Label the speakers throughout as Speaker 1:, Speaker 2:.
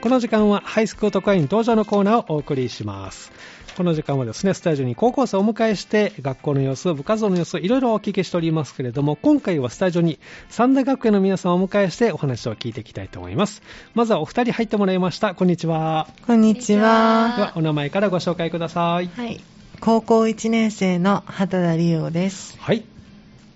Speaker 1: この時間はハイスクート会員登場のコーナーをお送りします。この時間はですね、スタジオに高校生をお迎えして、学校の様子、部活動の様子、いろいろお聞きしておりますけれども、今回はスタジオに三大学園の皆さんをお迎えしてお話を聞いていきたいと思います。まずはお二人入ってもらいました。こんにちは。
Speaker 2: こんにち
Speaker 1: では
Speaker 2: は。
Speaker 1: お名前からご紹介ください。
Speaker 3: はい。
Speaker 2: 高校1年生の畑田理央です。
Speaker 1: はい。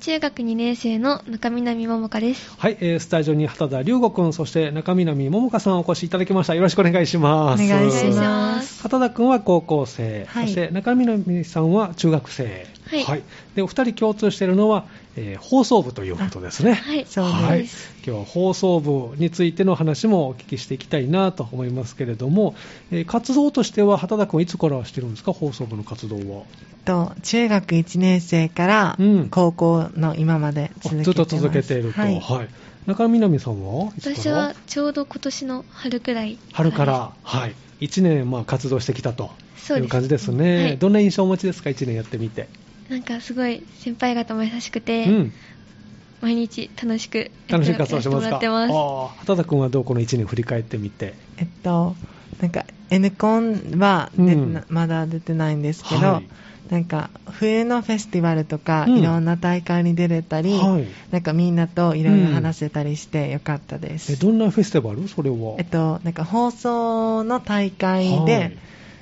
Speaker 3: 中学2年生の中南桃香です。
Speaker 1: はい、えースタジオに畑田龍吾くん、そして中南桃香さんお越しいただきました。よろしくお願いします。
Speaker 2: お願いし
Speaker 3: お願いし
Speaker 2: ま
Speaker 3: ますす。
Speaker 1: 畑田くんは高校生、
Speaker 2: はい
Speaker 1: そして中南さんは中学生。
Speaker 3: はい
Speaker 1: で、お二人共通しているのは、えー放送部ということですね。
Speaker 3: はい。
Speaker 2: そうです
Speaker 1: はい、今日は放送部についての話もお聞きしていきたいなと思いますけれども、えー活動としては畑田くんはいつからしてるんですか放送部の活動は
Speaker 2: と中学1年生から
Speaker 1: うん
Speaker 2: 高校の今まで続けてます。
Speaker 1: ずっと続けていると、
Speaker 2: は
Speaker 1: はい
Speaker 2: い。
Speaker 1: 中南さんはいつから
Speaker 3: 私はちょうど今年の春くらい。
Speaker 1: 春から、はい、1年まあ活動してきたとい
Speaker 3: そうです
Speaker 1: う感じですね、
Speaker 3: はい
Speaker 1: どんな印象をお持ちですか、1年やってみて、
Speaker 3: なんかすごい先輩方も優しくて、
Speaker 1: うん、
Speaker 3: 毎日楽しく
Speaker 1: 楽しい活動してます
Speaker 3: や
Speaker 1: か、
Speaker 3: ってもらってま
Speaker 1: ああ畑田君はどうこの1年振り返ってみて、
Speaker 2: えっとなんか N コンは出てな
Speaker 1: うん
Speaker 2: まだ出てないんですけど、
Speaker 1: はい
Speaker 2: なんか冬のフェスティバルとか、
Speaker 1: うん
Speaker 2: いろんな大会に出れたり、
Speaker 1: はい
Speaker 2: なんかみんなといろいろ話せたりしてよかったで
Speaker 1: え
Speaker 2: す。
Speaker 1: どんなフェスティバル、それは。
Speaker 2: えっとなんか放送の大会で。
Speaker 1: はい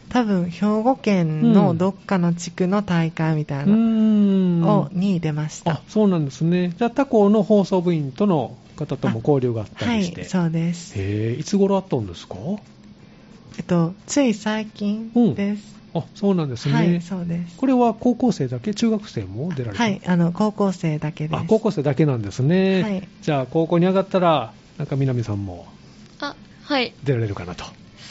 Speaker 2: 多分兵庫県のどっかの地区の大会みたいうな
Speaker 1: ーん
Speaker 2: をに出ました
Speaker 1: あ、そうなんですね、じゃあ、他校の放送部員との方とも交流があった
Speaker 2: は
Speaker 1: りして、
Speaker 2: いそうです
Speaker 1: へえいつ頃あったんですか
Speaker 2: えっとつい最近です、
Speaker 1: あそうなんですね、
Speaker 2: はいそうです
Speaker 1: これは高校生だけ、中学生も出られてる
Speaker 2: はいあの高校生だけです
Speaker 1: あ高校生だけなんですね、
Speaker 2: はい
Speaker 1: じゃあ高校に上がったらなんか南さんも
Speaker 3: す。あ、はい。
Speaker 1: 出られるかなと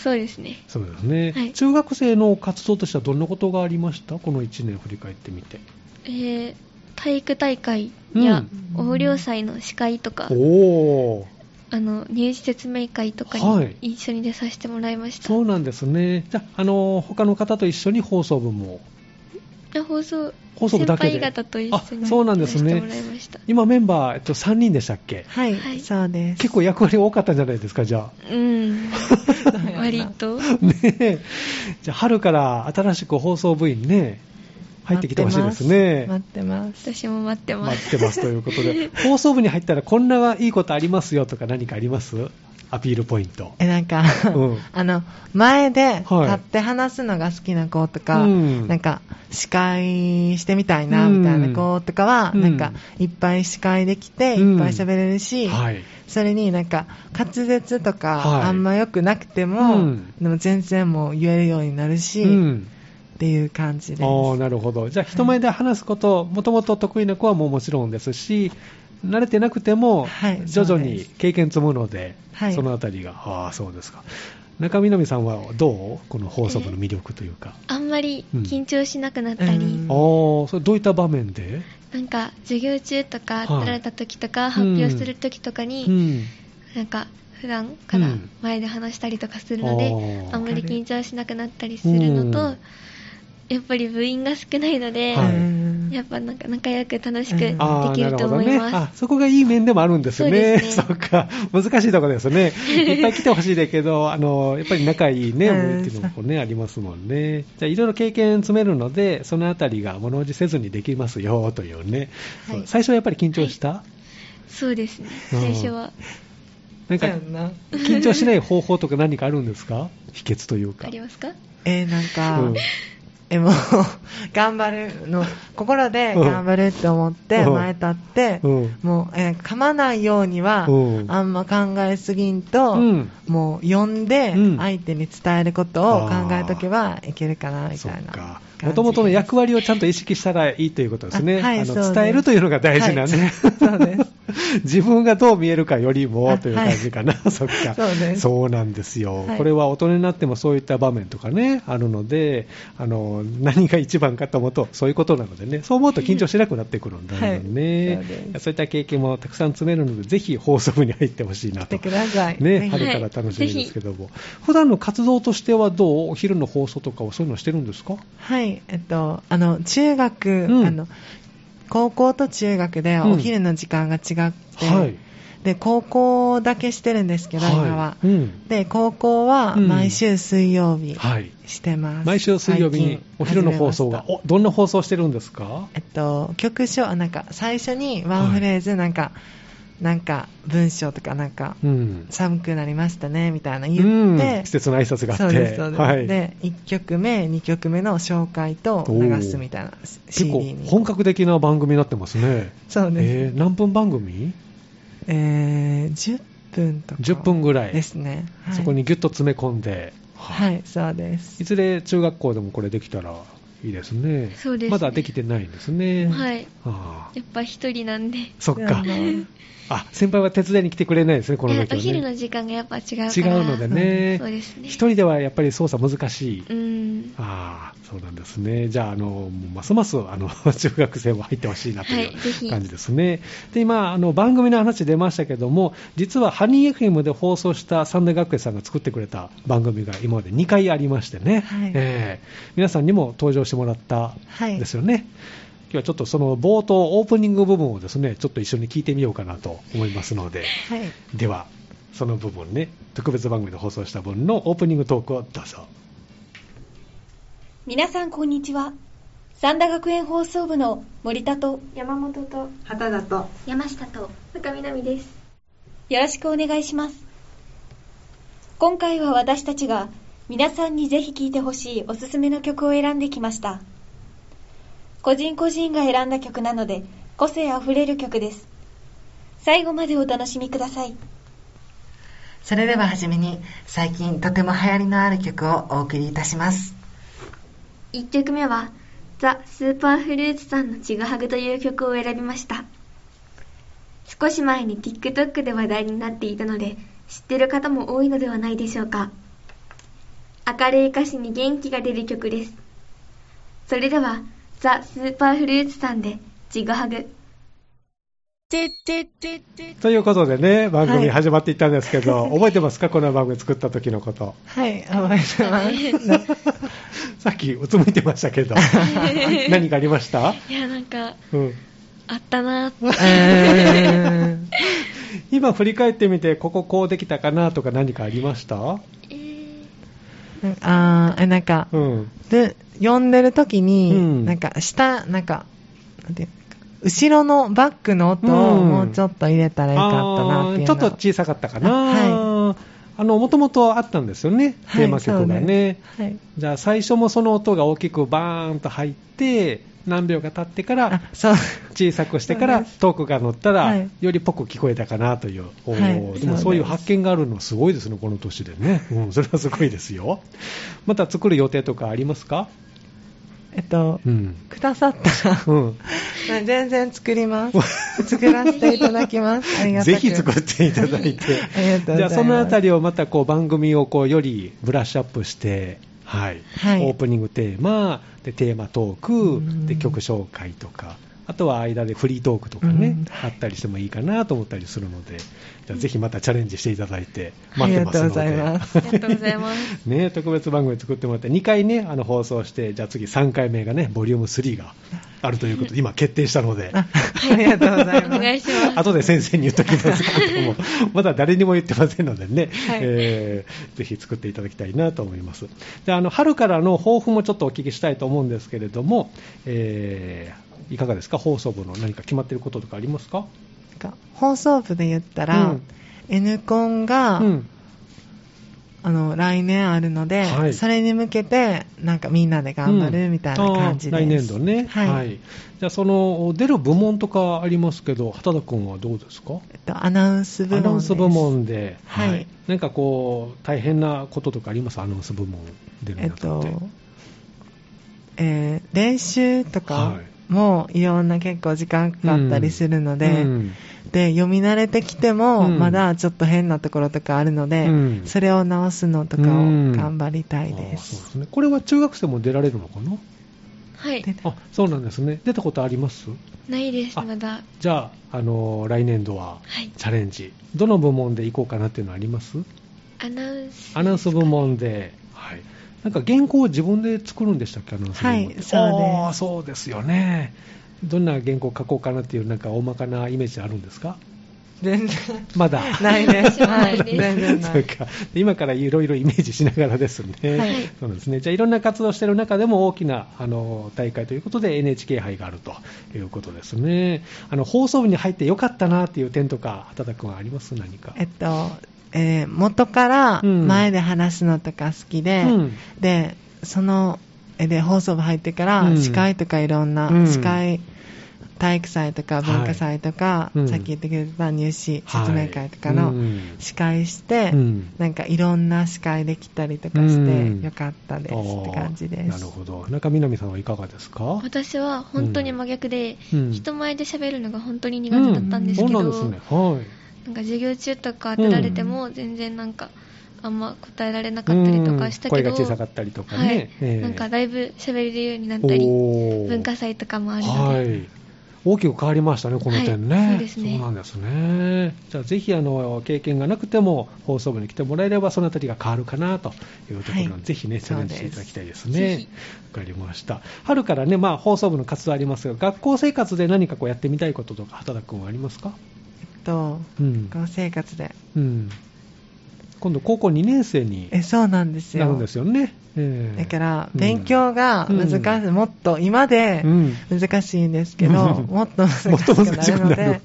Speaker 3: そうですね。
Speaker 1: そうですね、
Speaker 3: はい
Speaker 1: 中学生の活動としてはどんなことがありましたこの1年振り返ってみて
Speaker 3: えー、体育大会
Speaker 1: う
Speaker 3: や
Speaker 1: ん
Speaker 3: 横領祭の司会とか、
Speaker 1: おお
Speaker 3: あの入試説明会とか
Speaker 1: は
Speaker 3: に
Speaker 1: い
Speaker 3: 一緒に出させてもらいました。
Speaker 1: そうなんですねじゃあ、あのー他の方と一緒に放送部も
Speaker 3: いや放送
Speaker 1: 放送部だけで
Speaker 3: 先輩方と一緒に
Speaker 1: あそうなんですね
Speaker 3: 出させてもらいました。
Speaker 1: 今メンバー、えっと、3人でしたっけ
Speaker 2: はい、
Speaker 3: はい
Speaker 2: そうです
Speaker 1: 結構役割多かったんじゃないですかじゃあ
Speaker 3: うん
Speaker 2: うやろ、な
Speaker 3: 割と。
Speaker 1: ねえじゃあ春から新しく放送部員ね入ってきてほしいですね
Speaker 2: 待ってます
Speaker 3: 私も待ってま
Speaker 1: 待っ
Speaker 3: す。
Speaker 1: てますということで、放送部に入ったらこんないいことありますよとか何かありますアピールポイント。
Speaker 2: えなんか、
Speaker 1: うん
Speaker 2: あの前で立
Speaker 1: はい
Speaker 2: って話すのが好きな子とか、
Speaker 1: うん
Speaker 2: なんか司会してみたいなみたいな子とかは、
Speaker 1: うん
Speaker 2: なんかいっぱい司会できて、
Speaker 1: うん
Speaker 2: いっぱい喋れるし、
Speaker 1: はい。
Speaker 2: それになんか滑舌と
Speaker 1: はい
Speaker 2: かあんま良くなくても、
Speaker 1: うん
Speaker 2: でも全然もう言えるようになるし、
Speaker 1: うん。
Speaker 2: っていう感じです。
Speaker 1: おーなるほど。じゃあ人前で話すこと、もともと得意な子はもうもちろんですし、慣れてなくても
Speaker 2: はい、
Speaker 1: 徐々
Speaker 2: そうで
Speaker 1: に
Speaker 2: す
Speaker 1: 経験積むので、
Speaker 2: はい
Speaker 1: そのあたりが、ああ、そうですか。中南さんはどうこの放送部の魅力というか。
Speaker 3: あんまり緊張しなくなったり、
Speaker 2: うん
Speaker 1: おーそれどういった場面で、
Speaker 3: なんか授業中とか、
Speaker 1: はい
Speaker 3: 取られた時とか、発表する時とかに、
Speaker 1: うん。
Speaker 3: なんか普段から
Speaker 1: うん
Speaker 3: 前で話したりとかするので、
Speaker 1: あー
Speaker 3: あんまり緊張しなくなったりするのと、
Speaker 1: うん
Speaker 3: やっぱり部員が少ないので、
Speaker 1: はい
Speaker 2: うん
Speaker 3: やっぱなんか仲良く楽しく
Speaker 2: う
Speaker 3: で
Speaker 2: ん
Speaker 1: あー
Speaker 3: き
Speaker 1: な
Speaker 3: る
Speaker 1: る
Speaker 3: と
Speaker 1: ほど
Speaker 3: 思い
Speaker 1: ね。
Speaker 3: ます
Speaker 1: あ、。そこがいい面でもあるんですね。
Speaker 3: そうですね
Speaker 1: っか。難しいとこですね。いっぱい来てほしいだけ ど、あの、やっぱり仲いいね、
Speaker 2: うん
Speaker 1: 思いっていうのもね、ありますもんね。じゃあ、いろいろ経験積めるので、そのあたりが物おじせずにできますよ、というね。
Speaker 2: は
Speaker 1: そ
Speaker 2: い
Speaker 1: う最初はやっぱり緊張した、
Speaker 3: そうですね。
Speaker 1: うん
Speaker 3: 最初は
Speaker 1: なんか
Speaker 2: そう、やんな
Speaker 1: 緊張しない方法とか何かあるんですか秘訣というか。
Speaker 3: ありますか？
Speaker 2: えーなんか、
Speaker 1: うん
Speaker 2: えもう 頑張るの心で
Speaker 1: うん
Speaker 2: 頑張るって思って
Speaker 1: うん
Speaker 2: 前立って、
Speaker 1: うん
Speaker 2: もう、えー噛まないようには、
Speaker 1: うん
Speaker 2: あんま考えすぎんと、
Speaker 1: うん
Speaker 2: もう読んで、
Speaker 1: うん
Speaker 2: 相手に伝えることを考えとけばいけるかなみ
Speaker 1: そ
Speaker 2: た
Speaker 1: っ
Speaker 2: いな
Speaker 1: か
Speaker 2: 感。じ
Speaker 1: もともとの役割をちゃんと意識したらいいということですね。
Speaker 2: あはい
Speaker 1: の
Speaker 2: そうです
Speaker 1: 伝えるというのが大事なんで、
Speaker 2: はいそうです
Speaker 1: 自分がどう見えるかよりも
Speaker 2: あ
Speaker 1: という感じかな。そっか。
Speaker 2: そうです
Speaker 1: そうなんですよ、
Speaker 2: はい
Speaker 1: これは大人になってもそういった場面とかね、あるので、あの、何が一番かと思うと、そういうことなのでね、そう思うと緊張しなくなってくるんだよね、
Speaker 2: はいそうです
Speaker 1: そういった経験もたくさん積めるので、ぜひ放送部に入ってほしいな
Speaker 2: 来
Speaker 1: と
Speaker 2: てください、
Speaker 1: ね、
Speaker 2: ぜ
Speaker 1: 春
Speaker 2: ひ
Speaker 1: から楽しみですけども、普段の活動としてはどう、お昼の放送とかはそういうのしてるんですか
Speaker 2: はい、えっと、あの、中学、
Speaker 1: うん
Speaker 2: あの、高校と中学で
Speaker 1: うん
Speaker 2: お昼の時間が違って、
Speaker 1: はい、
Speaker 2: で高校だけしてるんですけど、今は、
Speaker 1: いうん
Speaker 2: で高校は
Speaker 1: うん
Speaker 2: 毎週水曜日
Speaker 1: はい、
Speaker 2: してます、
Speaker 1: 毎週水曜日にお昼の放送が
Speaker 2: 最近始めました
Speaker 1: おどんな放送してるんですか
Speaker 2: えっと、曲賞あなんか最初にワンフレーズなんか、なんか文章とかなんか
Speaker 1: うん、
Speaker 2: 寒くなりましたねみたいな
Speaker 1: う
Speaker 2: 言
Speaker 1: ん
Speaker 2: って、
Speaker 1: 季節の挨拶があ
Speaker 2: そ
Speaker 1: っ
Speaker 2: うです
Speaker 1: て
Speaker 2: そうです、
Speaker 1: はい、
Speaker 2: で1曲目2曲目の紹介と流すみたいな
Speaker 1: 結
Speaker 2: CD
Speaker 1: 構
Speaker 2: に
Speaker 1: 本格的な番組になってますね、
Speaker 2: そう
Speaker 1: え
Speaker 2: で
Speaker 1: ー、何分番組
Speaker 2: す、えー10分とか
Speaker 1: ?10 分ぐらい
Speaker 2: ですね、はい
Speaker 1: そこにギュッと詰め込んで、
Speaker 2: はいそうです
Speaker 1: いずれ中学校でもこれできたらいいですね。
Speaker 3: そうですね
Speaker 1: まだできてないんですね。
Speaker 3: はい。
Speaker 1: ああ
Speaker 3: やっぱ一人なんで。
Speaker 1: そっか
Speaker 2: あ。の
Speaker 1: あ、先輩は手伝いに来てくれないですね、この
Speaker 3: いや
Speaker 1: 時
Speaker 3: お
Speaker 1: は
Speaker 3: 昼
Speaker 1: ね。
Speaker 3: の時間がやっぱ違うから。
Speaker 1: 違うのでね
Speaker 3: そう。ですね。
Speaker 1: 一、人ではやっぱり操作難しい。
Speaker 3: うん。
Speaker 1: ああ、そうなんですね。じゃあ、あの、もうますます、あの、 中学生も入ってほしいなとい
Speaker 3: はいぜ
Speaker 1: う
Speaker 3: ひ
Speaker 1: 感じですね。で、今、あの、番組の話出ましたけども、実はハニー FM で放送した三大学園さんが作ってくれた番組が今まで2回ありましてね。
Speaker 2: はい
Speaker 1: ええ皆さんにも登場してもらった
Speaker 2: はい
Speaker 1: ですよね。今日はちょっとその冒頭、オープニング部分をですね、ちょっと一緒に聞いてみようかなと思いますので、
Speaker 2: はい
Speaker 1: では、その部分ね、特別番組で放送した分のオープニングトークをどうぞ。
Speaker 4: 皆さんこんにちは三田学園放送部の森田と
Speaker 3: 山本と
Speaker 5: 旗だと
Speaker 3: 山下と中南です。
Speaker 4: よろしくお願いします今回は私たちが皆さんにぜひ聴いてほしいおすすめの曲を選んできました個人個人が選んだ曲なので個性あふれる曲です最後までお楽しみください
Speaker 2: それでははじめに最近とても流行りのある曲をお送りいたします
Speaker 3: 1曲目はザ・スーパーフルーツさんの「ちぐはぐ」という曲を選びました少し前に TikTok で話題になっていたので知ってる方も多いのではないでしょうか明るい歌詞に元気が出る曲ですそれではザ・スーパーフルーツさんで「ちぐは ぐ」
Speaker 1: ということでね、番
Speaker 2: は
Speaker 1: 組
Speaker 2: い
Speaker 1: 始まっていったんですけ ど、覚えてますか、この番組作った時のこと。
Speaker 2: はい覚えてます
Speaker 1: さっきうつむいてましたけ ど、何かありました、
Speaker 3: いやなんか
Speaker 1: うん、
Speaker 3: あったな
Speaker 2: うーん
Speaker 1: 今振り返ってみて、こここうできたかなとか何かありました
Speaker 2: あーえなんか
Speaker 1: うん。
Speaker 2: で読んでる時に、
Speaker 1: うん
Speaker 2: なんか下なんかなんていうか後ろのバックの音を
Speaker 1: うん
Speaker 2: もうちょっと入れたらよかったなっ
Speaker 1: あー
Speaker 2: ていうの
Speaker 1: ちょっと小さかったかな。
Speaker 2: は
Speaker 1: あの、もともとあったんですよね、
Speaker 2: はい
Speaker 1: テーマ曲が
Speaker 2: そう
Speaker 1: ね。
Speaker 2: はい
Speaker 1: じゃあ、最初もその音が大きくバーンと入って、何秒か経ってか
Speaker 2: あ
Speaker 1: ら、
Speaker 2: そう
Speaker 1: 小さくしてか
Speaker 2: そう
Speaker 1: ら
Speaker 2: です
Speaker 1: トークが乗ったら、
Speaker 2: はい
Speaker 1: よりぽく聞こえたかなという、おー
Speaker 2: はい
Speaker 1: でもそ
Speaker 2: そうう
Speaker 1: い
Speaker 2: です
Speaker 1: う発見があるのすごいですね、この年でね、 うん、それはすごいですよ、また作る予定とかありますか、
Speaker 2: えっと
Speaker 1: うん
Speaker 2: くださったら
Speaker 1: うん、
Speaker 2: 全然作ります作らせていただきますありがた
Speaker 1: ぜ
Speaker 2: く
Speaker 1: ひ作っていた だいて
Speaker 2: ありがとうございます
Speaker 1: じゃあそのあたりをまたこう番組をこうよりブラッシュアップして、はい
Speaker 2: はい
Speaker 1: オープニングテーマでテーマト
Speaker 2: う
Speaker 1: ーク
Speaker 2: ん
Speaker 1: で曲紹介とかあとは間でフリートークとかね、
Speaker 2: うん
Speaker 1: あったりしてもいいかなと思ったりするのでじゃあぜひまたチャレンジしていただいて
Speaker 2: あ
Speaker 1: 待っ
Speaker 2: り
Speaker 1: て
Speaker 2: が
Speaker 1: ますので
Speaker 2: とうございます
Speaker 3: ありがとうございます
Speaker 1: ね、特別番組作ってもらって2回ねあの放送してじゃあ次3回目がねボリューム3があるということで今決定したので
Speaker 2: あありがとうございます
Speaker 3: いしま
Speaker 1: 後で先生に言っときますけど も、まだ誰にも言ってませんのでね、
Speaker 2: はい
Speaker 1: えーぜひ作っていただきたいなと思います。であの春からの抱負もちょっとお聞きしたいと思うんですけれども、えーいかがですか、放送部の何か決まっていることとかありますか
Speaker 2: なんか 放送部で言った
Speaker 1: う
Speaker 2: ら、
Speaker 1: ん
Speaker 2: N コンが、
Speaker 1: うん、
Speaker 2: あの来年あるので、
Speaker 1: はい
Speaker 2: それに向けてなんかみんなで頑張るみたいな感じで
Speaker 1: うんあ
Speaker 2: す、
Speaker 1: ー来年度ね、
Speaker 2: はい、
Speaker 1: じゃあ、その出る部門とかありますけど、畑田君はどうですか
Speaker 2: えっと、アナウンス部
Speaker 1: ア
Speaker 2: 門です
Speaker 1: ナウンス部門で、
Speaker 2: はい
Speaker 1: なんかこう、大変なこととかあります、アナウンス部門出る
Speaker 2: え
Speaker 1: に
Speaker 2: っ
Speaker 1: あたっ
Speaker 2: と
Speaker 1: て。
Speaker 2: えー練習とか
Speaker 1: はい
Speaker 2: もいろんな結構時間かかったりするので、
Speaker 1: うん
Speaker 2: で読み慣れてきても
Speaker 1: うん
Speaker 2: まだちょっと変なところとかあるので、
Speaker 1: うん
Speaker 2: それを直すのとかを
Speaker 1: うん
Speaker 2: 頑張りたいで、
Speaker 1: あーそうですすね。これは中学生も出られるのかな
Speaker 3: はい
Speaker 2: で
Speaker 1: あ、そうなんですね。出たことあります
Speaker 3: ないです
Speaker 1: あ
Speaker 3: まだ
Speaker 1: じゃあ、あのー来年度は
Speaker 3: はい
Speaker 1: チャレンジ。どの部門で行こうかなっていうのあります
Speaker 3: アナウンス
Speaker 1: アナウンス部門で。はい。なんか原稿を自分で作るんでしたっけアナウンス部門って
Speaker 2: はいそうです
Speaker 1: あーそうですよね。どんな原稿を書こうかなっていう、なんか大まかなイメージあるんですか
Speaker 2: 全然
Speaker 1: まだ。
Speaker 2: ないです。
Speaker 6: ないです
Speaker 2: 全然 な
Speaker 1: そう
Speaker 2: い。
Speaker 1: か今からいろいろイメージしながらですね、
Speaker 6: はい
Speaker 1: そうですねじゃあいろんな活動をしている中でも大きなあの大会ということで NHK 杯があるということですねあの放送部に入ってよかったなっていう点とか畑君はあります何か、
Speaker 2: えっと、えー元から
Speaker 1: うん
Speaker 2: 前で話すのとか好きで、
Speaker 1: うん
Speaker 2: で、その、えで、放送部入ってから、
Speaker 1: うん
Speaker 2: 司会とかいろんな、
Speaker 1: うん
Speaker 2: 司会、体育祭とか文化祭とか、
Speaker 1: はいうん
Speaker 2: さっき言ってくれた入試説明会とか
Speaker 1: は
Speaker 2: の
Speaker 1: いうん
Speaker 2: 司会して、
Speaker 1: うん
Speaker 2: なんかいろんな司会できたりとかして、
Speaker 1: うん
Speaker 2: よかったですって感じです。
Speaker 1: なるほど中南さんはいかがですか
Speaker 7: 私は本当に真逆で、
Speaker 1: うん
Speaker 7: 人前で喋るのが本当に苦手だったんですけど、
Speaker 1: うんそうなんですねはい
Speaker 7: なんか授業中とか当てられても全然なんかあんま答えられなかったりとかしたけど、
Speaker 1: うん声が小さかったりとかね、
Speaker 7: はい
Speaker 1: ええ
Speaker 7: なんかだいぶ喋れるようになったり
Speaker 1: おー
Speaker 7: 文化祭とかもあるので、
Speaker 1: はい、大きく変わりましたね、この点ね、
Speaker 7: はいそうですね
Speaker 1: そうなんですね、じゃあぜひあの経験がなくても放送部に来てもらえれば、そのあたりが変わるかなというところなので、
Speaker 2: はい
Speaker 1: ぜひね、チャレンジしていただきたいですね
Speaker 7: ひ。
Speaker 1: わかりました春からね、まあ、放送部の活動ありますが、学校生活で何かこうやってみたいこととか、畑田君はありますか、
Speaker 2: えっと、
Speaker 1: うん
Speaker 2: この生活で。
Speaker 1: うん、今度、高校2年生に
Speaker 2: え、そうなんです
Speaker 1: な
Speaker 2: よ。
Speaker 1: るんですよね。ええ
Speaker 2: だから、
Speaker 1: うん
Speaker 2: 勉強が難しい、
Speaker 1: うん
Speaker 2: もっと今で
Speaker 1: うん
Speaker 2: 難しいんですけど、
Speaker 1: うん
Speaker 2: もっと難しくな
Speaker 1: も
Speaker 2: る
Speaker 1: っと難しくな
Speaker 2: の
Speaker 1: る
Speaker 2: で、ち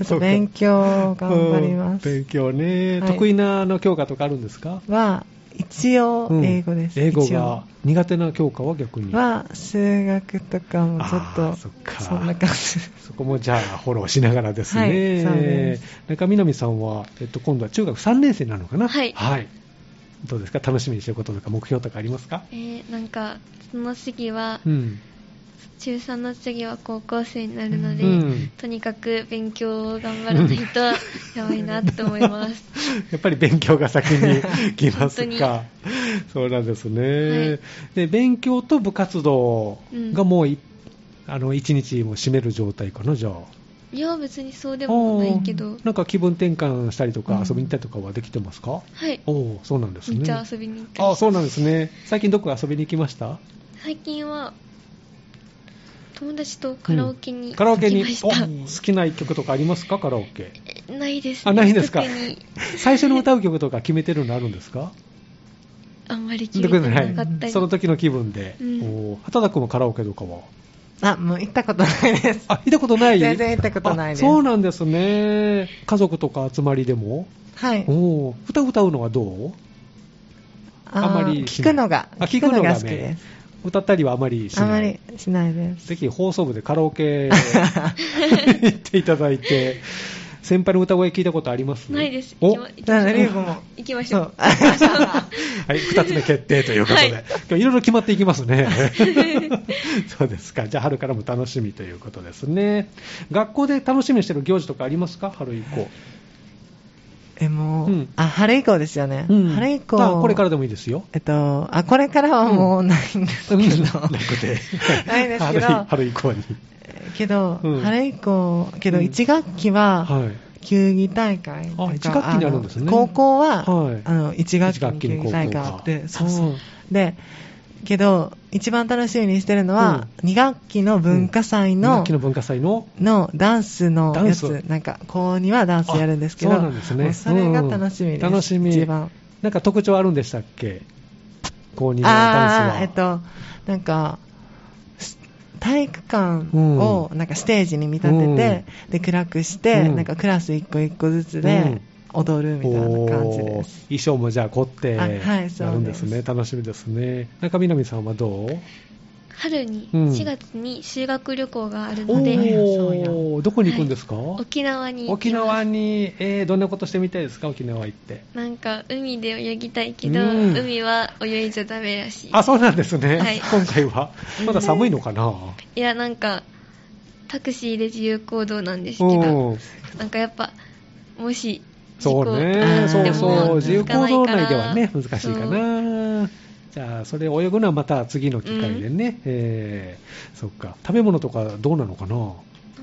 Speaker 2: ょっと勉強頑張りま
Speaker 1: うん
Speaker 2: す
Speaker 1: 勉。強ね、
Speaker 2: はい
Speaker 1: 得意なあの教科とかあるんですか
Speaker 2: は、一応
Speaker 1: うん
Speaker 2: 英語です。
Speaker 1: 英語
Speaker 2: 一応
Speaker 1: が苦手な教科は逆に
Speaker 2: は、数学とかもちょっ
Speaker 1: あー
Speaker 2: と、
Speaker 1: そっか
Speaker 2: そんな感じ。
Speaker 1: そこもじゃあフォローしながらですね、
Speaker 2: はいそうで
Speaker 1: 中南さんは、えっと、今度は中学3年生なのかな
Speaker 7: はい
Speaker 1: どうですか楽しみにしてることとか目標とかありますか、
Speaker 7: えーなんかその次は、
Speaker 1: うん、
Speaker 7: 中3の次は高校生になるので、
Speaker 1: うん
Speaker 7: とにかく勉強を頑張らないとやばいなと思い ます。
Speaker 1: やっぱり勉強が先 に来ますか
Speaker 7: 本
Speaker 1: そうなんですね、
Speaker 7: はい
Speaker 1: で勉強と部活動がもうい、あの1日も占める状態かなじゃあ
Speaker 7: いや別にそうでもないけ
Speaker 1: お
Speaker 7: ど
Speaker 1: ー、なんか気分転換したりとか、
Speaker 2: うん
Speaker 1: 遊びに行ったりとかはできてますか
Speaker 7: はい、
Speaker 1: おおそうなんですね
Speaker 7: めっちゃ遊びに行ったり
Speaker 1: あそうなんですね最近どこ遊びに行きました
Speaker 7: 最近は友達とカラオケに
Speaker 1: カラオケに
Speaker 7: 行き
Speaker 1: お
Speaker 7: ました、
Speaker 1: 好きな曲とかありますかカラオケ
Speaker 7: えないです、ね、
Speaker 1: あないですか
Speaker 7: 特に
Speaker 1: 最初の歌う曲とか決めてるのあるんですか
Speaker 7: あんまり決めてなかったり
Speaker 1: その時の気分で、
Speaker 7: うん
Speaker 1: おお畑田君もカラオケとかは
Speaker 2: あ、もう行ったことないです。
Speaker 1: あ行ったことない
Speaker 2: 全然行ったことないです
Speaker 1: あそうなんですね家族とか集まりでも
Speaker 2: はい
Speaker 1: お。お歌歌うのはどう
Speaker 2: ー
Speaker 1: あまり
Speaker 2: 聞くのが、
Speaker 1: あ聞くのが
Speaker 2: 好きで
Speaker 1: ね
Speaker 2: す。
Speaker 1: 歌ったりはあまりしない
Speaker 2: あまりしないです。
Speaker 1: ぜひ放送部でカラオ ケ行っていただいて、先輩の歌声聞いたことあります
Speaker 7: ないです
Speaker 1: お、
Speaker 7: 行
Speaker 1: は
Speaker 7: きま
Speaker 2: なリ
Speaker 7: 行
Speaker 2: ーゴも。
Speaker 7: きまし
Speaker 2: そ
Speaker 7: ょ
Speaker 2: う
Speaker 7: う。
Speaker 1: い、二つ目決定ということで、
Speaker 7: はい
Speaker 1: 今日いろいろ決まっていきます ね。そうですか。じゃあ春からも楽しみということですね。学校で楽しみにしてる行事とかありますか春以降。
Speaker 2: え、もう、
Speaker 1: うん
Speaker 2: あ、春以降ですよね。
Speaker 1: うん
Speaker 2: 春以降。
Speaker 1: あこれからでもいいですよ。
Speaker 2: えっと、あ、これからはもう ないんですけど、
Speaker 1: なくて。
Speaker 2: ないです
Speaker 1: 春い
Speaker 2: けど
Speaker 1: 春以降に。
Speaker 2: けど、
Speaker 1: うん
Speaker 2: 春以降、けど
Speaker 1: うん
Speaker 2: 1学期は、
Speaker 1: はい。
Speaker 2: 球技大会とか、
Speaker 1: あ一学期にあるんですね
Speaker 2: の高校は、
Speaker 1: はい
Speaker 2: あの、1学
Speaker 1: 一
Speaker 2: 期に球技大会があって、そうそううんで、けど、一番楽しみにしてるのは、2学期の文化祭
Speaker 1: さ
Speaker 2: の
Speaker 1: っき、の文化祭の
Speaker 2: のダンスの
Speaker 1: ダン
Speaker 2: や
Speaker 1: ス
Speaker 2: つ、なんか、高2はダンスやるんですけど、
Speaker 1: あそうなんですね
Speaker 2: もうそれが楽しみです。
Speaker 1: うん楽しみ
Speaker 2: 一番。
Speaker 1: なんか特徴あるんでしたっけ高2のダンス
Speaker 2: あ
Speaker 1: は。
Speaker 2: あーえっとなんかす体育館
Speaker 1: うん
Speaker 2: をなんかステージに見立てて、で暗くして、
Speaker 1: うん
Speaker 2: なんかクラス一個一個ずつ
Speaker 1: うん
Speaker 2: で踊るみたいな感じ
Speaker 1: お
Speaker 2: で
Speaker 1: ー
Speaker 2: す、
Speaker 1: 衣装もじゃあ凝って
Speaker 2: あ
Speaker 1: や
Speaker 2: はいそうです
Speaker 1: るんですね、楽しみですね中南さんはどう
Speaker 7: 春に、
Speaker 1: うん
Speaker 7: 4月に修学旅行がある
Speaker 1: お
Speaker 7: ので、
Speaker 2: そうや
Speaker 1: ーどこに行くんですか、
Speaker 7: 沖縄に行き
Speaker 1: 沖
Speaker 7: ます
Speaker 1: 縄に、えーどんなことしてみたいですか沖縄行って
Speaker 7: なんか海で泳ぎたいけど、
Speaker 1: うん
Speaker 7: 海は泳いじゃダメらしい。
Speaker 1: あそうなんですね、
Speaker 7: はい
Speaker 1: 今回はまだ寒いのかな、
Speaker 7: いや、なんか、タクシーで自由行動なんですけど、
Speaker 1: うん、
Speaker 7: なんかやっぱ、もし、事故
Speaker 1: そう
Speaker 7: あ
Speaker 1: ね
Speaker 7: ー
Speaker 1: そう
Speaker 7: で
Speaker 1: そう
Speaker 7: も
Speaker 1: 自由行動内ではね難
Speaker 7: 続
Speaker 1: しい
Speaker 7: かな
Speaker 1: か
Speaker 7: いから
Speaker 1: なじゃあそれ泳ぐのはまた次の機会でね、えーそっか食べ物とかどうなのかな
Speaker 7: な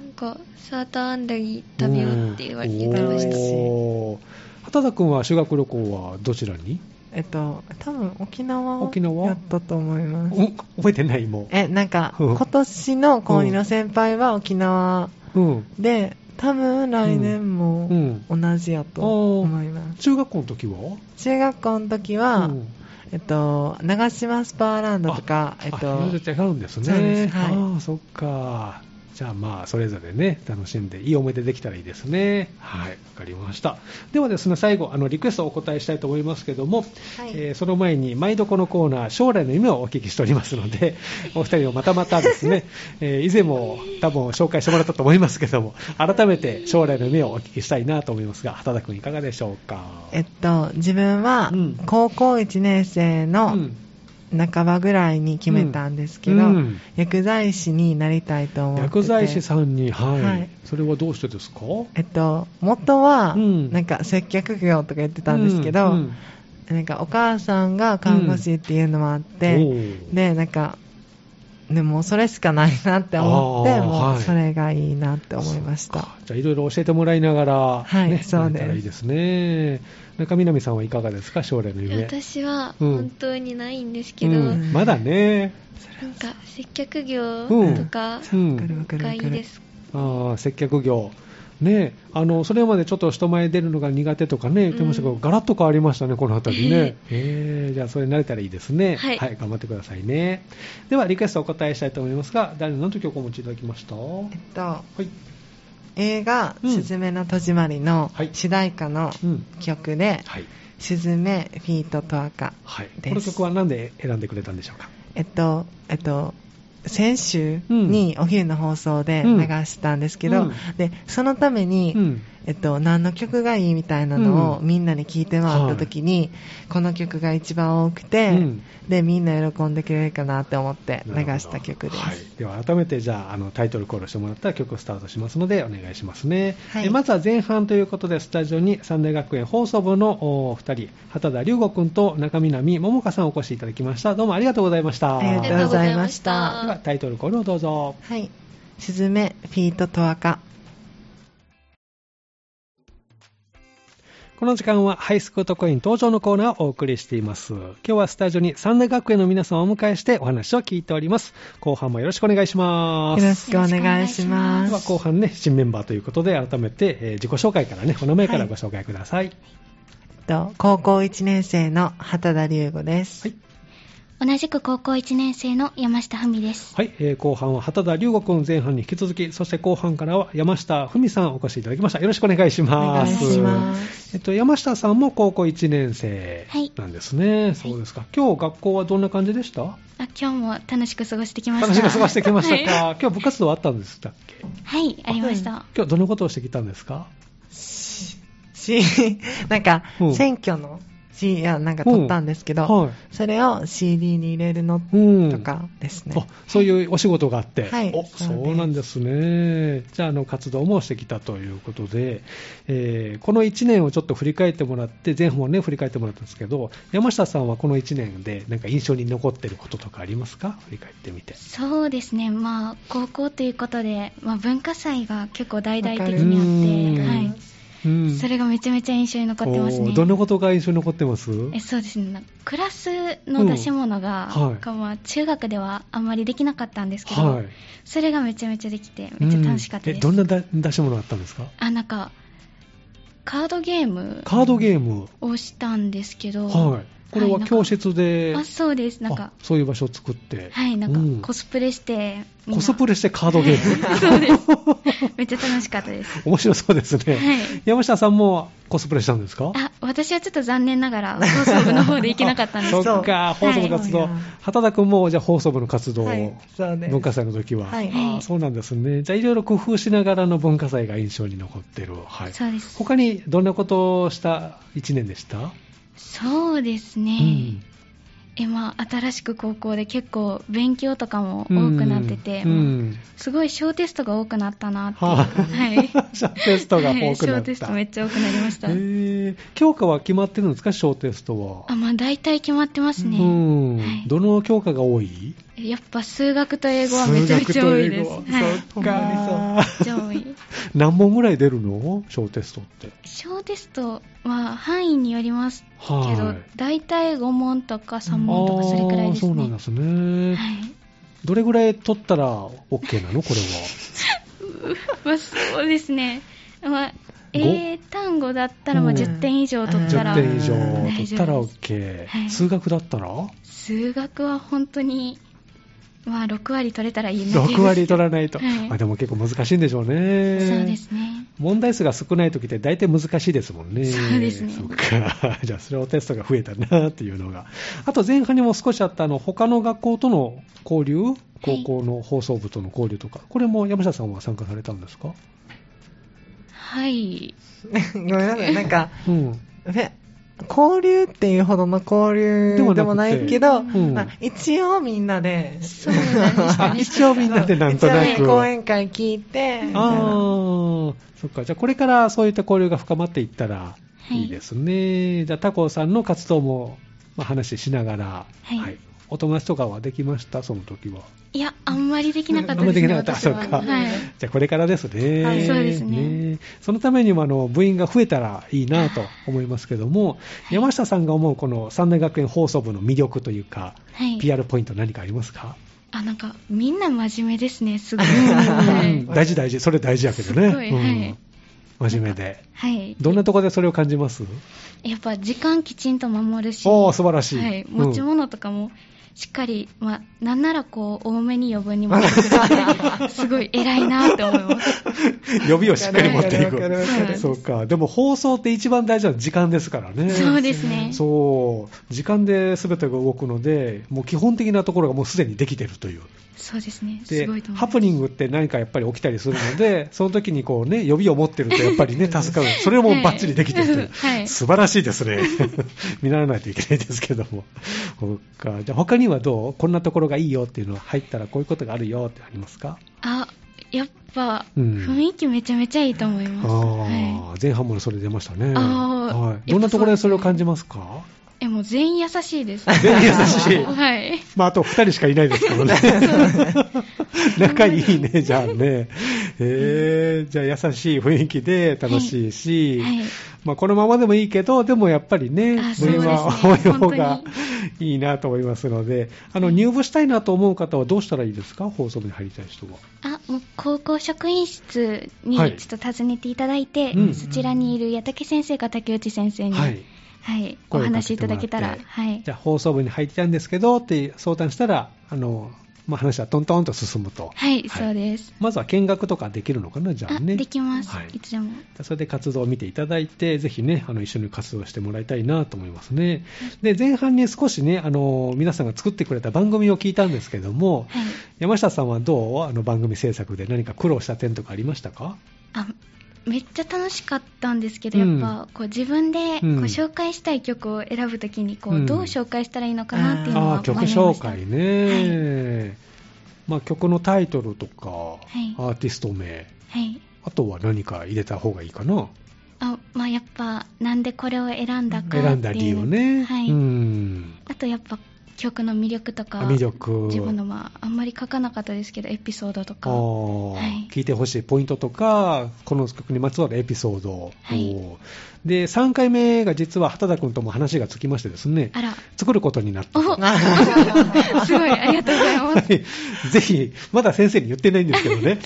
Speaker 7: んか、サーターアンダギー食べようって言われ言ってました。
Speaker 1: おー畑田君は修学旅行はどちらに
Speaker 2: えっと多分沖
Speaker 1: 沖縄
Speaker 2: 縄やったと思います
Speaker 1: お覚えてないも
Speaker 2: えなんか
Speaker 1: うん
Speaker 2: 今年の高2の先輩は沖縄
Speaker 1: う、うん
Speaker 2: で多分来年
Speaker 1: う
Speaker 2: も
Speaker 1: うん
Speaker 2: 同じやと思います。
Speaker 1: 中学校の時は
Speaker 2: 中学校の時は、
Speaker 1: うん
Speaker 2: えっと、長島スパーランドとか、えっ
Speaker 1: あ
Speaker 2: と
Speaker 1: いろいろ違うんですね。
Speaker 2: そうですはい
Speaker 1: ああ、そっか。じゃあまあ、それぞれね、楽しんで、いい思い出できたらいいですね。はい、わかりました。ではですね、最後、あの、リクエストをお答えしたいと思いますけども、えーその前に、毎度このコーナー、将来の夢をお聞きしておりますの で、お二人をまたまたですね、えー以前も多分紹介してもらったと思いますけども、改めて将来の夢をお聞きしたいなと思いますが、畑田君いかがでしょうか。
Speaker 2: えっと、自分は
Speaker 1: うん
Speaker 2: 高校1年生
Speaker 1: う
Speaker 2: の
Speaker 1: ん
Speaker 2: 半ばぐらいに決めたんですけど、
Speaker 1: うん
Speaker 2: 薬剤師になりたいと思ってて
Speaker 1: 薬剤師さんに、はい、
Speaker 2: はい
Speaker 1: それはどうしてですか
Speaker 2: えっと、元は、
Speaker 1: うん
Speaker 2: なんか接客業とか言ってたんですけど、
Speaker 1: うんうん
Speaker 2: なんかお母さんが看護師っていうのもあって、
Speaker 1: おー
Speaker 2: で、なんか、でもうそれしかないなって思って、
Speaker 1: あー
Speaker 2: も
Speaker 1: は
Speaker 2: う
Speaker 1: い
Speaker 2: それがいいなって思いました。
Speaker 1: じゃあ、いろいろ教えてもらいながら、
Speaker 2: はい
Speaker 1: ね、
Speaker 2: そう
Speaker 1: やれ
Speaker 2: です
Speaker 1: たらいいですね。中南さんはいかがですか、将来の夢。
Speaker 5: 私は
Speaker 1: うん
Speaker 5: 本当にないんですけど、
Speaker 1: う
Speaker 5: なん
Speaker 1: ん、まだね。
Speaker 5: か接客業
Speaker 1: うん
Speaker 5: とか
Speaker 1: うん
Speaker 2: わかるわかるわ
Speaker 5: が
Speaker 2: か
Speaker 5: いい
Speaker 2: る。
Speaker 5: です。
Speaker 1: あー接客業。ね、あのそれまでちょっと人前出るのが苦手とかね言ってましたけど、
Speaker 5: うん
Speaker 1: ガラッと変わりましたね、この辺りね。えー、じゃあ、それに慣れたらいいですね、
Speaker 5: はい
Speaker 1: 頑張ってくださいね。では、リクエストお答えしたいと思いますが、誰の何の曲をお持ちいただきましたは
Speaker 2: えっと、
Speaker 1: い。
Speaker 2: 映画、
Speaker 1: うん
Speaker 2: すずめの戸締まりの
Speaker 1: はい
Speaker 2: 主題歌の
Speaker 1: うん。
Speaker 2: 曲で、
Speaker 1: はい。
Speaker 2: すずめ、フィートと赤。
Speaker 1: はい。
Speaker 2: です
Speaker 1: この曲は何で選んでくれたんでしょうか
Speaker 2: えっと、えっと、先週にお昼の放送で
Speaker 1: うん
Speaker 2: 流したんですけど、
Speaker 1: うん
Speaker 2: で、そのために、
Speaker 1: うん。
Speaker 2: えっと、何の曲がいいみたいなのを
Speaker 1: うん
Speaker 2: みんなに聞いてもらった時に、この曲が一番多く
Speaker 1: う
Speaker 2: て、
Speaker 1: ん
Speaker 2: で、みんな喜んでくれるかなって思って流
Speaker 1: なるほど
Speaker 2: した曲です。
Speaker 1: はい、では改めてじゃああのタイトルコールしてもらったら曲をスタートしますのでお願いしますね、
Speaker 2: はい
Speaker 1: えまずは前半ということでスタジオに三大学園放送部のお二人畑田龍吾君と中南桃香さんお越しいただきましたどうもありがとうございました
Speaker 2: ありがとうございまし
Speaker 5: あ
Speaker 2: た。
Speaker 1: ではタイトルコールをどうぞ
Speaker 2: はい。すずめ、フィートと赤。
Speaker 1: この時間はハイスクートコイン登場のコーナーをお送りしています今日はスタジオに三大学園の皆さんをお迎えしてお話を聞いております後半もよろしくお願いしま
Speaker 2: よ
Speaker 1: す
Speaker 2: ろしくお願いしま
Speaker 1: では
Speaker 2: す。
Speaker 1: 後半ね新メンバーということで改めて、えー自己紹介からねお名前からご紹介ください、
Speaker 2: えっと高校1年生の畑田龍吾です。
Speaker 1: はい
Speaker 7: 同じく高校1年生の山下文です。
Speaker 1: はい、えー後半は畑田龍吾君前半に引き続き、そして後半からは山下文さんお越しいただきました。よろしくお願いし
Speaker 2: お
Speaker 1: ま
Speaker 2: 願い
Speaker 1: す。
Speaker 2: します。
Speaker 1: えっと、山下さんも高校1年生
Speaker 7: はい
Speaker 1: なんですね。そうですか。今日学校はどんな感じでした
Speaker 7: あ今日も楽しく過ごしてきました。
Speaker 1: 楽しく過ごしてきました
Speaker 7: はい、
Speaker 1: か、今日部活動あったんでしたっけ
Speaker 7: はいありました。
Speaker 1: 今日どんなことをしてきたんですか
Speaker 2: し、 なんか
Speaker 1: うん、
Speaker 2: 選挙の C やなんか撮ったんですけど、
Speaker 1: はい。
Speaker 2: それを CD に入れるの
Speaker 1: うん。
Speaker 2: とかですね。
Speaker 1: あそういうお仕事があって、
Speaker 2: はい
Speaker 1: お
Speaker 2: そうです
Speaker 1: そうなんですね、じゃああの、活動もしてきたということで、えーこの1年をちょっと振り返ってもらって、前半もね、振り返ってもらったんですけど、山下さんはこの1年で、なんか印象に残ってることとかありますか、振り返ってみて。
Speaker 7: そうですね。まあ高校ということで、まあ文化祭が結構大々的
Speaker 1: わ
Speaker 7: に
Speaker 1: かる
Speaker 7: あって、
Speaker 1: う
Speaker 7: はい。
Speaker 1: ん
Speaker 7: それがめちゃめちゃ印象に残ってます
Speaker 1: お
Speaker 7: ね
Speaker 1: ー。どんなことが印象に残ってます
Speaker 7: えそうですね。なんかクラスの出し物が、
Speaker 1: うんはい
Speaker 7: かまあ中学ではあんまりできなかったんですけど、
Speaker 1: はい、
Speaker 7: それがめちゃめちゃできてめっちゃ楽しかった
Speaker 1: うん
Speaker 7: で
Speaker 1: え
Speaker 7: す。
Speaker 1: どんなだ出し物あったんですか、
Speaker 7: あなんかカードゲーム
Speaker 1: カードゲーム、
Speaker 7: をしたんですけど、
Speaker 1: はい、これは教室で、
Speaker 7: あそうですなんか
Speaker 1: あそういう場所を作って、
Speaker 7: はいな
Speaker 1: うんん
Speaker 7: かコスプレして、み
Speaker 1: コ
Speaker 7: んな
Speaker 1: スプレしてカードゲーム。
Speaker 7: めっちゃ楽しかったです
Speaker 1: 面白そうですね、
Speaker 7: はい
Speaker 1: 山下さんもコスプレしたんですか
Speaker 7: あ私はちょっと残念ながら放送部の方で行けなかったんです
Speaker 1: そっ
Speaker 7: けど
Speaker 2: そう
Speaker 1: か放送部活動、
Speaker 2: はい
Speaker 1: 畑田君もじゃあ放送部の活動を、
Speaker 2: はい、そうです。
Speaker 1: 文化祭の時は、
Speaker 2: はい
Speaker 1: あーそうなんですねじゃあいろいろ工夫しながらの文化祭が印象に残ってる、はい、
Speaker 7: そうです
Speaker 1: 他にどんなことをした1年でした、
Speaker 7: そうですね、
Speaker 1: うん
Speaker 7: えまあ新しく高校で結構勉強とかも多くなってて、
Speaker 1: うんうん
Speaker 7: すごい小テストが多くなったなっていう
Speaker 1: は
Speaker 7: はい
Speaker 1: い、小 テストが多くな
Speaker 7: は
Speaker 1: った、
Speaker 7: い小テストめっちゃ多くなりました、
Speaker 1: えー教科は決まってるんですか小テストは
Speaker 7: あまあ大体決まってますね、
Speaker 1: うん
Speaker 7: はい
Speaker 1: どの教科が多い
Speaker 7: やっぱ数学と英語はめちゃめちゃ多いです。
Speaker 1: 数学と英語
Speaker 7: はい。
Speaker 1: そっか
Speaker 2: は
Speaker 7: めっちゃ多い。
Speaker 1: 何問ぐらい出るの小テストって。
Speaker 7: 小テストは範囲によりますけど、
Speaker 1: は
Speaker 7: 大体5問とか3
Speaker 1: い。
Speaker 7: 問とかそれくらい
Speaker 1: あ
Speaker 7: で
Speaker 1: ー
Speaker 7: す
Speaker 1: そう
Speaker 7: ね。
Speaker 1: なんですね。
Speaker 7: はい。
Speaker 1: どれぐらい取ったら OK なのこれは。
Speaker 7: まあそうですね。まあ、英単語だったらまあ
Speaker 1: うん
Speaker 7: 10点以上 取ったら、
Speaker 1: 10点以上取ったら
Speaker 7: 大丈夫です
Speaker 1: OK、
Speaker 7: はい
Speaker 1: 数学だったら
Speaker 7: 数学は本当に、まあ、6割取れたらいいな
Speaker 1: 6割取らないと、
Speaker 7: はい
Speaker 1: まあ、でも結構難しいんでしょうね
Speaker 7: そうですね。
Speaker 1: 問題数が少ない時って大体難しいですもんね。
Speaker 7: そうですね
Speaker 1: そっか。 じゃあ、それはテストが増えたなっていうのが。あと、前半にも少しあった、あの、他の学校との交流、高校の放送部との交流とか、これも山下さんは参加されたんですか
Speaker 7: はい。
Speaker 2: ごめんなさい、なんか、
Speaker 1: うん。
Speaker 2: ね、交流っていうほどの交流
Speaker 1: でもなくて
Speaker 2: でもないけど、
Speaker 1: うん
Speaker 2: まあ一応みんなで、
Speaker 5: そうなんです
Speaker 1: あ、
Speaker 5: よね。
Speaker 1: 一応みんなでなんとな
Speaker 2: 一応
Speaker 1: く。
Speaker 2: ね講演会聞いて、みたい
Speaker 1: あ
Speaker 2: な
Speaker 1: ーそっか。じゃあ、これからそういった交流が深まっていったら、いいですね。じゃあ、タコさんの活動も、まあ、話ししながら、
Speaker 7: はい
Speaker 1: お友達とかはできましたその時は。
Speaker 7: いや、あんまりできな
Speaker 1: あ
Speaker 7: かっ
Speaker 1: ん
Speaker 7: た
Speaker 1: ま
Speaker 7: です
Speaker 1: で
Speaker 7: ね。
Speaker 1: きなかった、
Speaker 7: 私
Speaker 1: そう
Speaker 7: は
Speaker 1: か。
Speaker 7: はい。
Speaker 1: じゃあこれからですね。
Speaker 2: はい
Speaker 7: そうですね
Speaker 1: えそのためにもあの部員が増えたらいいなと思いますけども、山下さんが思うこの三大学園放送部の魅力というか、
Speaker 7: はい。
Speaker 1: PR ポイント何かありますか、
Speaker 7: あ、なんか、みんな真面目ですね、すごい。
Speaker 1: う
Speaker 7: は
Speaker 1: ん
Speaker 7: い。
Speaker 1: 大事大事、それ大事やけどね。
Speaker 7: すごいはい
Speaker 1: うん、真面目で。
Speaker 7: はい。
Speaker 1: どんなところでそれを感じます
Speaker 7: やっぱ、時間きちんと守るし。
Speaker 1: おー、素晴らしい。
Speaker 7: はい。
Speaker 1: うん
Speaker 7: 持ち物とかも、しっかり、まあ、なんならこう、多めに余分に持ってく れて、すごい偉いなって思います。
Speaker 1: 予備をしっかり持ってい
Speaker 2: わかるわ
Speaker 7: かるわか
Speaker 1: く。
Speaker 7: る
Speaker 1: そうか。でも放送って一番大事なのは時間ですからね。
Speaker 7: そうですね。
Speaker 1: そう、時間で全てが動くので、もう基本的なところがもうすでにできてるという。
Speaker 7: そうですね。す
Speaker 1: で
Speaker 7: ごいと、思い
Speaker 1: ハ
Speaker 7: ます。
Speaker 1: プニングって何かやっぱり起きたりするの で、その時にこうね、予備を持ってるとやっぱりね、助かる。それもバッチリできてるという。
Speaker 7: はい
Speaker 1: 素晴らしいですね。 見習わないといけないですけども。そっか。じゃあ他にはどうこんなところがいいよっていうのは入ったらこういうことがあるよってありますか
Speaker 7: あ、やっぱ、
Speaker 1: うん
Speaker 7: 雰囲気めちゃめちゃいいと思います。はい。
Speaker 1: あー前半もそれ出ましたね。
Speaker 7: あー
Speaker 1: はい。どんなところでそれを感じますか
Speaker 7: え、もう全員優しいです。
Speaker 1: 全員優しい。
Speaker 7: はい。
Speaker 1: まあ、あと2人しかいないですけどね。仲いいね、じゃあね。えー、じゃあ優しい雰囲気で楽しいし、
Speaker 7: はいはい
Speaker 1: まあ、このままでもいいけど、でもやっぱりね
Speaker 7: あ、そう
Speaker 1: 部
Speaker 7: で
Speaker 1: 員
Speaker 7: すね
Speaker 1: は多い方が
Speaker 7: 本
Speaker 1: いいなと思いますので、あの、入部したいなと思う方はどうしたらいいですか放送部に入りたい人は。
Speaker 7: あ、もう高校職員室に
Speaker 1: はい
Speaker 7: ちょっと訪ねていただいて、
Speaker 1: うん
Speaker 7: そちらにいる矢竹先生か竹内先生に、
Speaker 1: は
Speaker 7: はいい、。お
Speaker 1: 声をかけてもらって
Speaker 7: 話しいただけたら、はい
Speaker 1: じ。ゃあ、放送部に入りたいんですけど、って相談したら、あの、まあ、話はトントンと進むと。
Speaker 7: はい、そうです。
Speaker 1: まずは見学とかできるのかな、じゃあ
Speaker 7: あ、
Speaker 1: ね。
Speaker 7: できます、
Speaker 1: はい
Speaker 7: い。つでも。
Speaker 1: それで活動を見ていただいて、ぜひね、あの一緒に活動してもらいたいなと思いますね。で、前半に少しね、あの皆さんが作ってくれた番組を聞いたんですけども、
Speaker 7: はい。
Speaker 1: 山下さんはどうあの番組制作で何か苦労した点とかありましたか
Speaker 7: あめっちゃ楽しかったんですけど、
Speaker 1: うん
Speaker 7: やっぱこう自分でこ
Speaker 1: う
Speaker 7: うん紹介したい曲を選ぶときにこ
Speaker 1: う
Speaker 7: うんどう紹介したらいいのかなっていうの
Speaker 1: あ
Speaker 7: は
Speaker 1: あー、曲
Speaker 7: 迷いま
Speaker 1: 紹
Speaker 7: した
Speaker 1: 介ね。まあ、曲のタイトルとか、
Speaker 7: い
Speaker 1: アーティスト名、
Speaker 7: はい
Speaker 1: あとは何か入れた方がいいかな。
Speaker 7: あまあやっぱなんでこれを選んだかっていう
Speaker 1: 選んだ理由ね。
Speaker 7: はい、
Speaker 1: うん。
Speaker 7: あとやっぱ曲の魅力とか
Speaker 1: 魅力。
Speaker 7: 自分のまああんまり書かなかったですけどエピソードと
Speaker 1: あ
Speaker 7: かは
Speaker 1: ー
Speaker 7: はい
Speaker 1: 聞いてほしいポイントとか、この曲にまつわるエピソード、
Speaker 7: はい
Speaker 1: おーで3回目が実は畑田君とも話がつきましてですね
Speaker 7: あら
Speaker 1: 作ることになったと。
Speaker 7: おすごいありがとうございま
Speaker 1: は
Speaker 7: す
Speaker 1: いぜひ、まだ先生に言ってないんですけどね、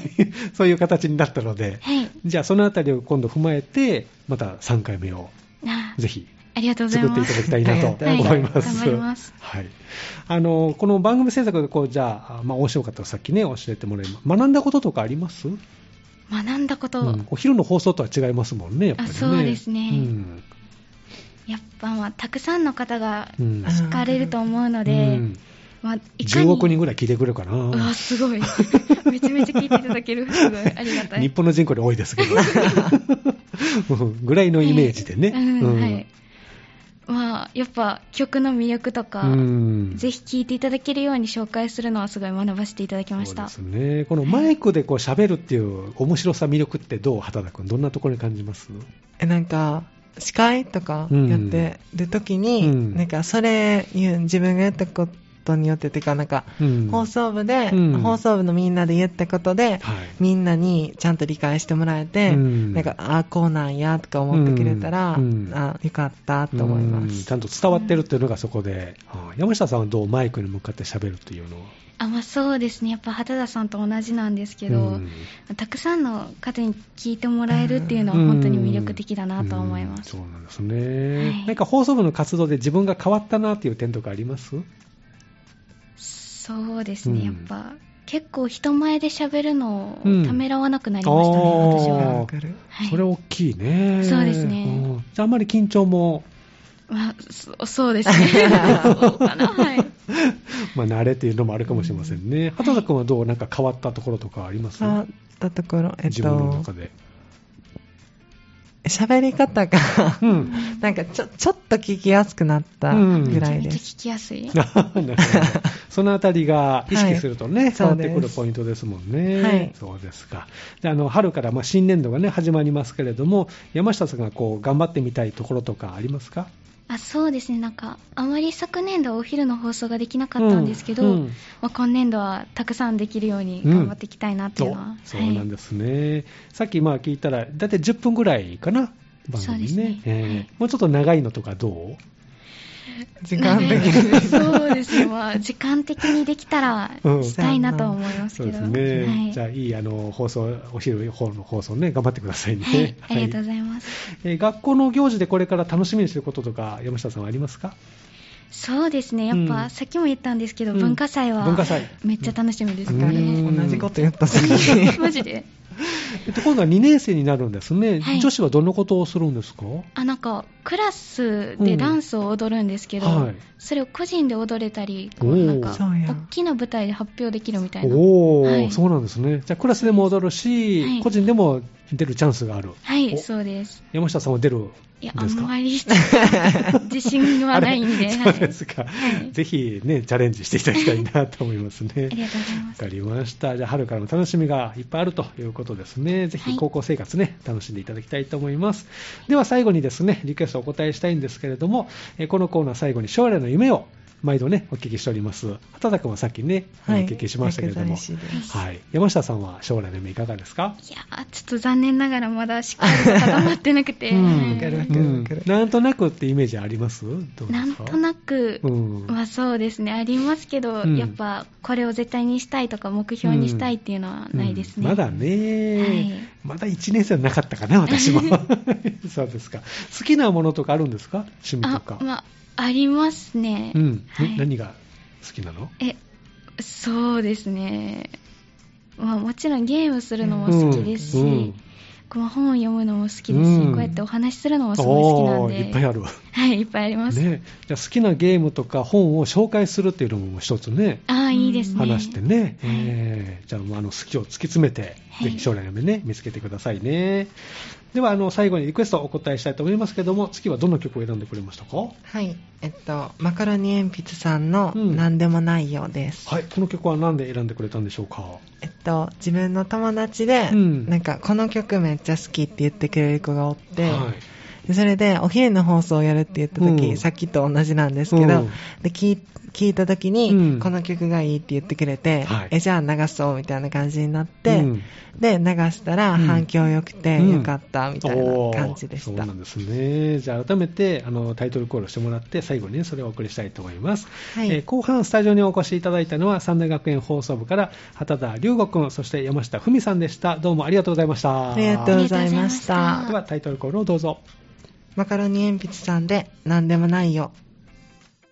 Speaker 1: そういう形になったので、
Speaker 7: はい
Speaker 1: じゃあそのあたりを今度踏まえて、また3回目を
Speaker 7: あ
Speaker 1: ぜひ
Speaker 7: ありがとうござい
Speaker 1: 作ってい
Speaker 7: ま
Speaker 1: た
Speaker 7: す
Speaker 1: だきたいなと
Speaker 2: はい
Speaker 1: 思います。
Speaker 7: はい頑張ります
Speaker 1: はい。あの、この番組制作で、こう、じゃあ、まあ、面白かったらさっきね、教えてもらいます。学んだこととかあります
Speaker 7: 学んだこと、
Speaker 1: うんお昼の放送とは違いますもんね、やっぱりね。
Speaker 7: あそうですね
Speaker 1: うん。
Speaker 7: やっぱまあたくさんの方が
Speaker 1: うん
Speaker 7: 聞かれると思うので、
Speaker 1: うん
Speaker 7: まあ、いかに
Speaker 1: 10億人ぐらい聞いてくれるかな。
Speaker 7: うわ すごいめちゃめちゃ聞いていただけるすごいありがた
Speaker 1: 日
Speaker 7: い
Speaker 1: 本の人口で多いです けど。うんぐらいのイメージでね。
Speaker 7: うん
Speaker 1: うん
Speaker 7: はいまあやっぱ曲の魅力とか、
Speaker 1: うん
Speaker 7: ぜひ聴いていただけるように紹介するのはすごい学ばせていただきました
Speaker 1: そうですね。このマイクでこう喋るっていう面白さ、魅力ってどう畑田君、どんなところに感じます
Speaker 2: えなんか司会とかやってる時に、
Speaker 1: うん
Speaker 2: なんかそれ言う自分がやったこトによってっていうか、なんか、
Speaker 1: うん
Speaker 2: 放送部で、
Speaker 1: うん
Speaker 2: 放送部のみんなで言ったことで、
Speaker 1: はい
Speaker 2: みんなにちゃんと理解してもらえて、
Speaker 1: うん
Speaker 2: なんか、ああ、こうなんや、とか思ってくれたら、
Speaker 1: うんうん
Speaker 2: あよかったと思いま
Speaker 1: うんち
Speaker 2: す。
Speaker 1: ゃんと伝わってるっていうのがそこで、あー山下さんはどうマイクに向かって喋るっていうのは。
Speaker 7: あまあ、そうですねやっぱ畑田さんと同じなんですけど、
Speaker 1: うん
Speaker 7: たくさんの方に聞いてもらえるっていうのは本当に魅力的だなと思います、
Speaker 1: うんそうなんですね、
Speaker 7: はい
Speaker 1: なんか放送部の活動で自分が変わったなっていう点とかあります
Speaker 7: そうですね、
Speaker 1: うん
Speaker 7: やっぱ結構人前で喋るのを
Speaker 1: うん
Speaker 7: ためらわなくなりましたね、
Speaker 1: あー
Speaker 7: 私
Speaker 1: ゃん
Speaker 7: は、
Speaker 2: わかる
Speaker 7: はい
Speaker 1: それ大きいね。
Speaker 7: そうですね
Speaker 1: うん。じゃああんまり緊張も、
Speaker 7: まあ、そそうで すねそうかなはい
Speaker 1: まあ、慣れっていうのもあるかもしれませんね。畑田君はどうなんか変わったところとかあります
Speaker 2: 変わったところ、えっ
Speaker 1: 自分の
Speaker 2: と
Speaker 1: 中、で。
Speaker 2: 喋り方が、
Speaker 1: うん。
Speaker 2: なんかちょ、ちょっと聞きやすくなったぐら
Speaker 7: め
Speaker 2: い
Speaker 7: っち
Speaker 2: で
Speaker 7: ゃ
Speaker 2: す。
Speaker 7: 聞きやすい
Speaker 1: なるほどそのあたりが意識するとね、
Speaker 2: はい
Speaker 1: 変わって
Speaker 2: そ
Speaker 1: くる
Speaker 2: うです
Speaker 1: ポイントですもんね。
Speaker 2: はい
Speaker 1: そうですか。であの春からまあ新年度がね始まりますけれども、山下さんがこう頑張ってみたいところとかありますか？
Speaker 7: あそうですねなんかあまり昨年度はお昼の放送ができなかったんですけど、
Speaker 1: うんうん
Speaker 7: まあ、今年度はたくさんできるように頑張っていきたいなっていうのは、
Speaker 1: おそうなん
Speaker 7: はい
Speaker 1: ですね。さっきまあ聞いたらだいたい10分ぐらいかな番
Speaker 7: そうで
Speaker 1: 組
Speaker 7: す
Speaker 1: ね
Speaker 7: ね。
Speaker 1: えー
Speaker 7: はい
Speaker 1: もうちょっと長いのとかどう？
Speaker 2: 時間的に。
Speaker 7: そうですね、まあ、時間的にできたら
Speaker 1: うん
Speaker 7: したいなとは思います
Speaker 1: そ
Speaker 7: け
Speaker 1: う
Speaker 7: ど、
Speaker 1: ですね。
Speaker 7: はい、
Speaker 1: じゃあいいあの放送お昼方の放送ね頑張ってくださいね。
Speaker 7: はい、ありがとうご
Speaker 1: はい
Speaker 7: ざいます。
Speaker 1: えー学校の行事でこれから楽しみにしてることとか山下さんはありますか？
Speaker 7: そうですね、やっぱ、
Speaker 1: うん
Speaker 7: さっきも言ったんですけど、
Speaker 1: うん
Speaker 7: 文化祭は
Speaker 1: 文化祭
Speaker 7: めっちゃ楽しみです
Speaker 1: う
Speaker 2: あれ
Speaker 1: ん
Speaker 7: ね。
Speaker 2: も同じこと言った 時
Speaker 7: マジで
Speaker 1: えっと、今度は2年生になるんですね、
Speaker 7: はい
Speaker 1: 女子はどんなことをするんですか
Speaker 7: あなんかクラスでダンスを踊るんですけど、
Speaker 1: うんはい
Speaker 7: それを個人で踊れたり、こ
Speaker 1: お
Speaker 7: う
Speaker 1: ー
Speaker 7: なんか
Speaker 2: そうや
Speaker 7: 大きな舞台で発表できるみたいな、
Speaker 1: おー、
Speaker 7: はい
Speaker 1: そうなんですね。じゃあクラスでも踊るし、
Speaker 7: はい
Speaker 1: 個人でも出るチャンスがある。
Speaker 7: はい、
Speaker 1: お
Speaker 7: そうです。
Speaker 1: 山下さんは出るん
Speaker 7: いや、あ
Speaker 1: で
Speaker 7: ん
Speaker 1: すか
Speaker 7: まり 自信はないんで、
Speaker 1: あれ
Speaker 7: は
Speaker 1: そうで
Speaker 7: い、
Speaker 1: すか、
Speaker 7: はい
Speaker 1: ぜひね、チャレンジしていただきたいなと思いますね。
Speaker 7: ありがとうございま
Speaker 1: わ
Speaker 7: す
Speaker 1: か。りました。じゃあ、春からの楽しみがいっぱいあるということですね。ぜひ、高校生活ね、楽しんでいただきたいと思います。では、最後にですね、リクエストをお答えしたいんですけれども、えーこのコーナー最後に将来の夢を毎度ね、お聞きしております。畑田君はさっきね、お聞きしましたけれども
Speaker 2: 薬。剤師です
Speaker 1: はい。山下さんは将来の夢いかがですか
Speaker 7: いやーちょっと残念ながらまだしっかりと固まってなくて、
Speaker 1: うん
Speaker 2: わかるわか
Speaker 1: う
Speaker 2: るわ
Speaker 1: ん
Speaker 2: かる。
Speaker 1: なんとなくってイメージありますどうで
Speaker 7: な
Speaker 1: す
Speaker 7: ん
Speaker 1: か
Speaker 7: となく、
Speaker 1: うん
Speaker 7: まあそうですね、ありますけど、
Speaker 1: うん
Speaker 7: やっぱこれを絶対にしたいとか、目標にしたいっていうのはないですね。
Speaker 1: うんまだね、
Speaker 7: はい
Speaker 1: まだ1年生はなかったかな、私 も。そうですか。好きなものとかあるんですか趣味とか。
Speaker 7: あ、まあ、ありますね。
Speaker 1: うん、
Speaker 7: は
Speaker 1: え
Speaker 7: い、
Speaker 1: 何が好きなの
Speaker 7: え、そうですね。まあもちろんゲームするのも好きですし、
Speaker 1: うんうん
Speaker 7: こう本を読むのも好きですし、
Speaker 1: うん
Speaker 7: こうやってお話しするのもすごい好きなんで。
Speaker 1: おーいっぱいある。
Speaker 7: はい、いっぱいあります。
Speaker 1: ね、じゃあ好きなゲームとか本を紹介するっていうのも一つね、
Speaker 7: ああ、いいですね。
Speaker 1: 話してね、えーじゃあもうあの好きを突き詰めて、
Speaker 7: はい
Speaker 1: ぜひ将来の夢ね、見つけてくださいね。ではあの最後にリクエストをお答えしたいと思いますけども、次はどんな曲を選んでくれましたかは
Speaker 2: はい。えっと、マカロニ鉛筆さんの
Speaker 1: うん
Speaker 2: 何でもないようです。
Speaker 1: い、この曲は何で選んでくれたんでしょうか
Speaker 2: えっと、自分の友達で、
Speaker 1: うん
Speaker 2: なんか、この曲めっちゃ好きって言ってくれる子がおって、
Speaker 1: はい
Speaker 2: でそれで、お昼の放送をやるって言った時、
Speaker 1: うん
Speaker 2: さっきと同じなんですけど、
Speaker 1: うん
Speaker 2: で聞い聞いた時に、
Speaker 1: うん
Speaker 2: この曲がいいって言ってくれて、
Speaker 1: はい
Speaker 2: え、じゃあ流そうみたいな感じになっ
Speaker 1: う
Speaker 2: て、
Speaker 1: ん
Speaker 2: で、流したら
Speaker 1: うん
Speaker 2: 反響良くて、
Speaker 1: うん
Speaker 2: よかったみたいな感じでし
Speaker 1: おー
Speaker 2: た。
Speaker 1: そうなんですね。じゃあ改めてあのタイトルコールしてもらって最後に、ね、それをお送りしたいと思います、
Speaker 2: はい
Speaker 1: えー後半スタジオにお越しいただいたのは三大学園放送部から畑田龍吾君そして山下文さんでした。どうもありがとうございました。
Speaker 2: ありがとうございまし
Speaker 7: ありがとうございました
Speaker 2: た
Speaker 1: で。はタイトルコールをどうぞ。
Speaker 2: マカロニ鉛筆さんで何でもないよ。